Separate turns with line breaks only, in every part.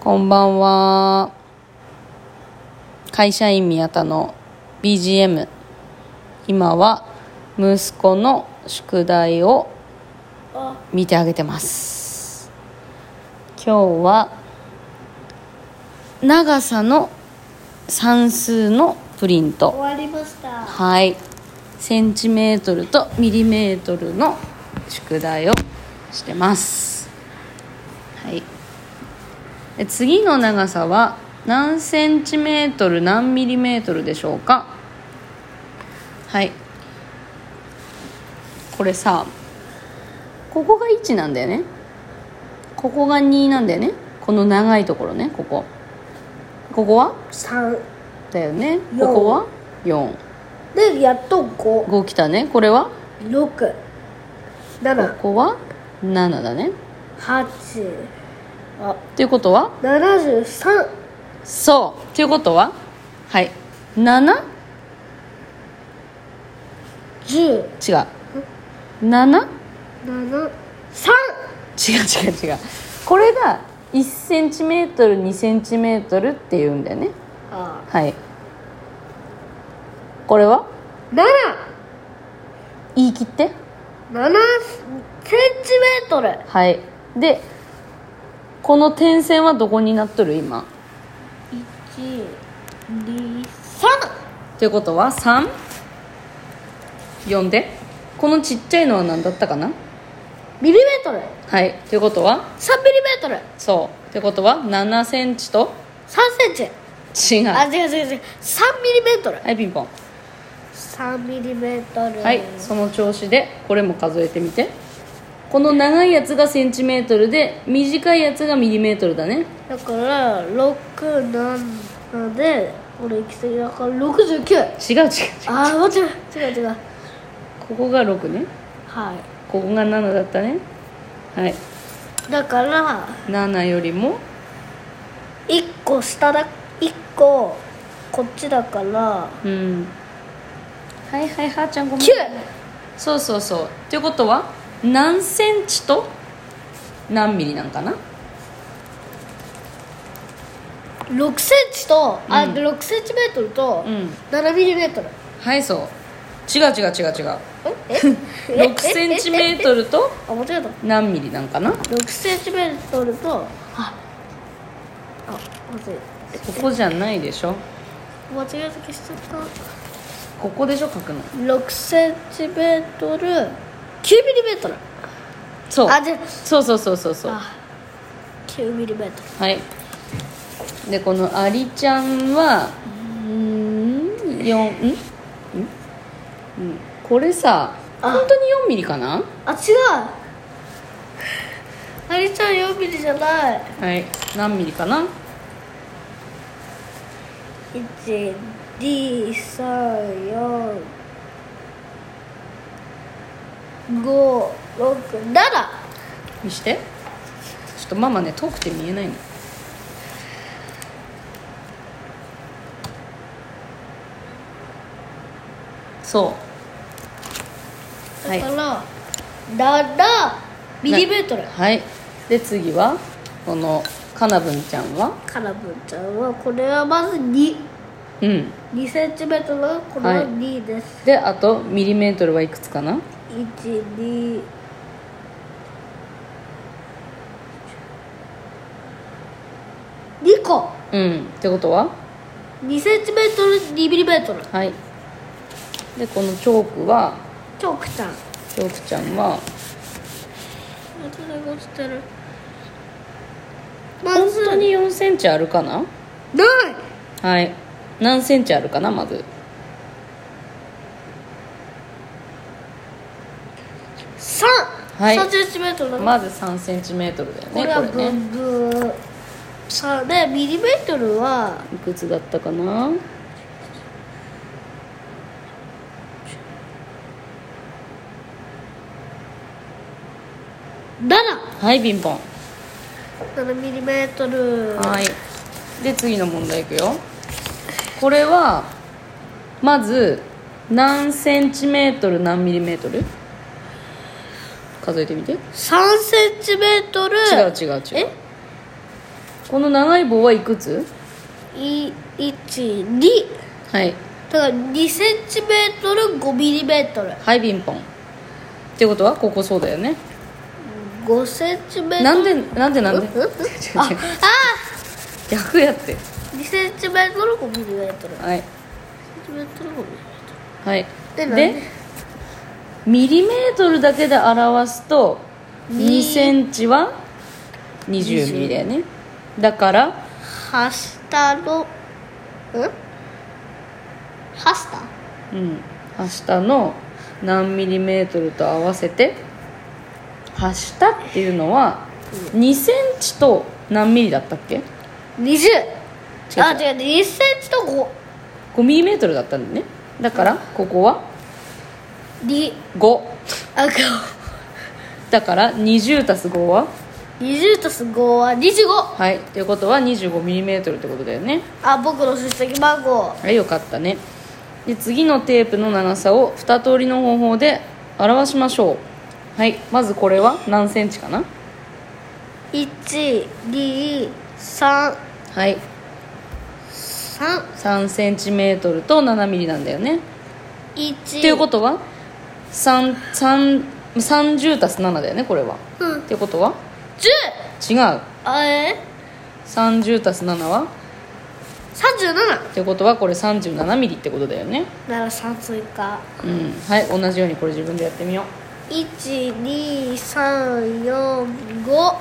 こんばんは。会社員宮田の BGM。今は息子の宿題を見てあげてます。今日は長さの算数のプリント。
終わりました
はいセンチメートルとミリメートルの宿題をしてますはいで次の長さは何センチメートル何ミリメートルでしょうかはいこれさここが1なんだよねここが2なんだよねこの長いところねここここは
3
だよね
四
ここは4
でやっと567
5きたねこれはこ
8
こは7だね。
あ
ということは
73
そうということははい7違
10
う7違
7
う違う違うこれが1センチメートル2センチメートルっていうんだよね
あ
はいこれは
7
言い切って
7センチメートル
はいでこの点線はどこになっとる今
123
ということは3読んでこのちっちゃいのは何だったかな
ミリメートル3ミ
はいということは
リメートル
そうってことは7センチと
3センチ
違う
あ
は
違う違う違う3ミリメートル
いピンポン、
3ミリメートル
はいその調子でこれも数えてみてこの長いやつがセンチメートルで短いやつがミリメートルだね
だから67で俺行き過ぎだから69
違う違う違う
ああ間違う違う違う
ここが6ね
は
ここが7だったねはい
いだから
7よりも
1個下だ1個こっちだから
うんはいはいはーちゃんごめん
9
そうそうそうってことは何センチと何ミリなんかな
6センチと、あ
うん
6センチメートルと
うん
7ミリメートル
はいそう違う違う違う違う
え
6センチメートルと
あ間違えた
何ミリなんかなこ
6センチメートルとああ間違え
こじゃないでしょ
た間違えた消しちゃった
ここでしょ書くの
6センチメートル9ミリメートル
そう
あじゃ
そうそうそうそうそう
あ9ミリメートル
はいでこのアリちゃんはうーん4んんんこれさ
あ
本当に4ミリかな
あ違うあれちゃん4ミリじゃない
はい何ミリかな
1234567五六七
見してちょっとママね遠くて見えないのそうはい
だから七ミリメートル
はいで次はこのかなぶんちゃんは
カラブンちゃんはこれはまず二
うん
二センチメートルこれ
は
はい二です
であとミリメートルはいくつかな
一二二個
うんってことは
2センチメートル2ミリメートル
はいでこのチョークは
チョークちゃん
チョークちゃんは
落ちてるま
本
ず
当に4センチあるかな
ない
はい何センチあるかなまず
3、
はい
3センチメートルだ、
まず3センチメートルだよね
これは
これね
分分さあでミリメートルはい
くつだったかな
77
はいピンポン
ミリメートル
はいで次の問題いくよこれはまず何センチメートル何ミリメートル数えてみて違う
3センチメートル
違う違う
え
この長い棒はいくつ
い一二
はい
だから2センチメートル5ミリメートル
はいピンポンってことはここそうだよね
5センチメートル
なんでなんでなんで
うんうんああ
逆やって
2センチメートル5ミリメートル2
はい
センチメートル5ミリメートル
はい
でなんで
ミリメートルだけで表すと
に
2センチは20ミリだよねだから
はしたのんはした
うん明日の何ミリメートルと合わせて明日っていうのは2センチと何ミリだったっけ
20
う
あ違う2センチと5
5ミリメートルだったんだねだからここは
2
5
あか
だから20足す5は
20とす5は25
はいということは25ミリメートルってことだよね
あ僕の出席番号
はいよかったねで次のテープの長さを2通りの方法で表しましょうはいまずこれは何センチかな
1233
はい3センチメートルと7ミリなんだよね
1
っていうことは3 3 30足す7だよねこれは
うん
っていうことは
10!
違う
あえ
30足す7は
37
ってことはこれ37ミリってことだよね
なら3追加
うんはい同じようにこれ自分でやってみよう
12345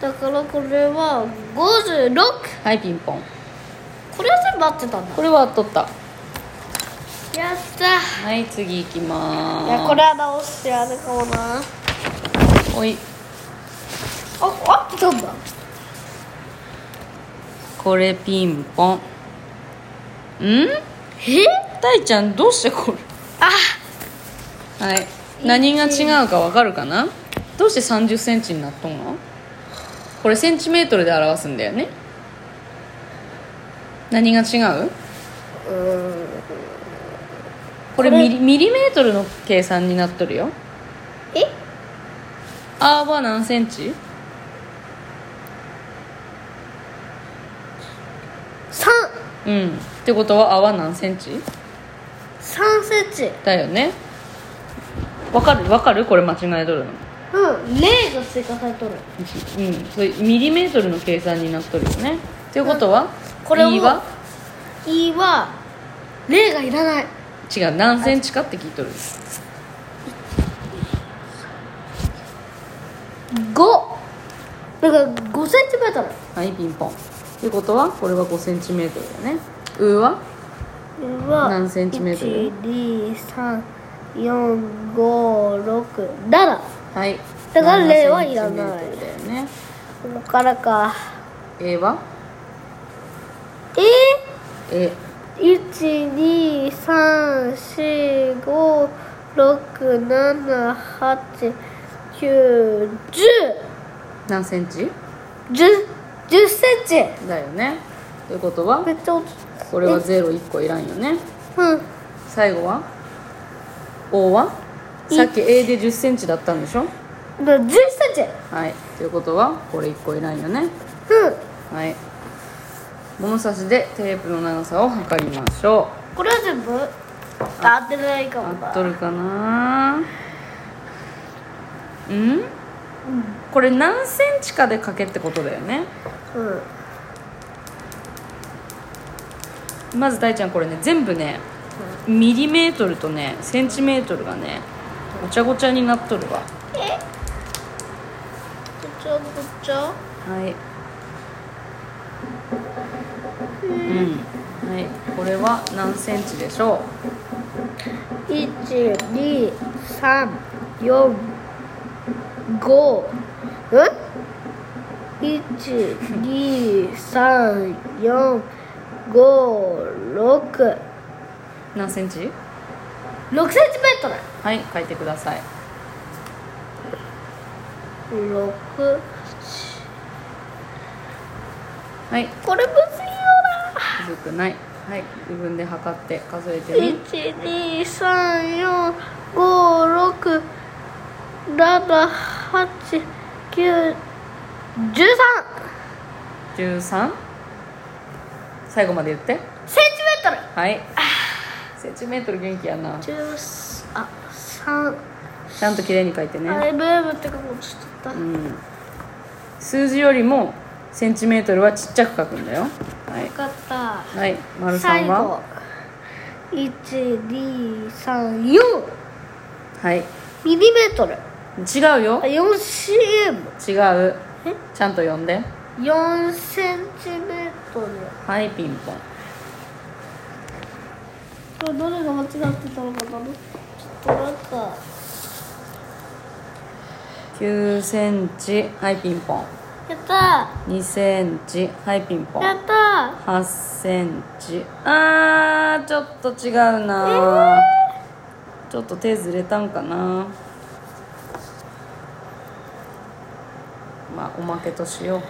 だからこれは56
はいピンポン
これは全部合ってたんだ
これは取った
やった
はい次いきまーす
いやこれは直してやるかもなあ
おい
合ってたんだ
これピンポンん
え
たいちゃんどうしてこ
あ
れはい何が違うかわかるかなどうして3 0センチになっとんのこれセンチメートルで表すんだよね何が違うこれ
これ
ミリミリメートルの計算になっとるよ
え
R は何センチ
三
うんってことは R は何センチ
3センチ
だよねわかるわかるこれ間違えとるの
うん0が追加されとる
うん、それミリメートルの計算になっとるよねということは、
これも
E は
E は0がいらない
違う何センチかって聞いとる
5だから5センチメートル
はいピンポンということはこれは5センチメートルだよねうは
は
何センチメートル
1234567だ
はい
だから
7
0はいらない
センチメートルだよね
ここからか
A は
え
A
1234567891010
何センチ
10センチ
だよねということは
めっちゃ落ち
これは01個いらんよね
うん
最後は O はさっき A で1 0センチだったんでしょ
だ10センチ
はいということはこれ1個いらんよね
うん
はい物差しでテープの長さを測りましょ
これは全部あ合ってないか
う合
もな
っとるかなうん、これ何センチかでかけってことだよね
うん
まず大ちゃんこれね全部ねミリメートルとねセンチメートルがねごちゃごちゃになっとるわ
ごちゃごちゃ
はいうんはいこれは何センチでしょ
一二三四五うん一二三四五六
う何センチ
六センチメート
はい書いてください
ル六
はい
これむずいよ
気づくないはい自分で測って数えて
な
ね
一二三四五六七八九十三
13? 最後まで言って
センチメートル
はいセンチメートル元気やな
十すあ三
ちゃんと綺麗に書いてね、
あれブームってかもうちょっとだ
うん、数字よりもセンチメートルはちっちゃく書くんだよはい
よかった
はい丸さんは
最後1234
はい
ミリメートル
違うよ
あ 4cm
違う
え
ちゃんと読んで
4センチメートル
はいピンポン
これどれが間違ってたのかなちょっとなんか
9センチはいピンポン
やった
2センチはいピンポ
ーや
ン
ったー
8センチあーちょっと違うな、ちょっと手ずれたんかなまあおまけとしよ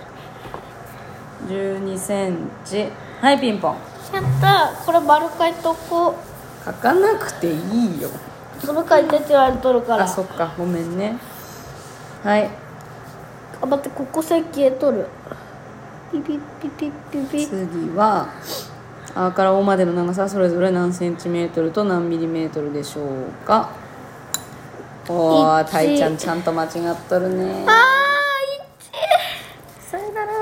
う12センチはいピンポン
やったーこれ丸書いとこ
書かなくていいよ
その書いてって言われとるから
あそっかごめんねはい
あ待ってここ線消えとるピピピピピピ
次は「あ」から「お」までの長さはそれぞれ何センチメートルと何ミリメートルでしょうかおー
一
たいちゃんちゃんと間違っとるね
あ
さよなら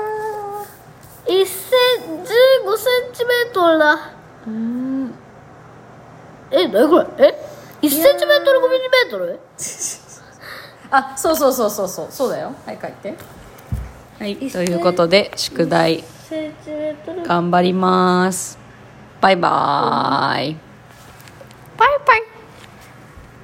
ー1 1 5センチメートルだ
うん
え何これえ1センチメートル5ミリメートル
あそうそうそうそうそうそうだよはい書いてはいということで宿題
センチメートル
頑張りますバイバーイ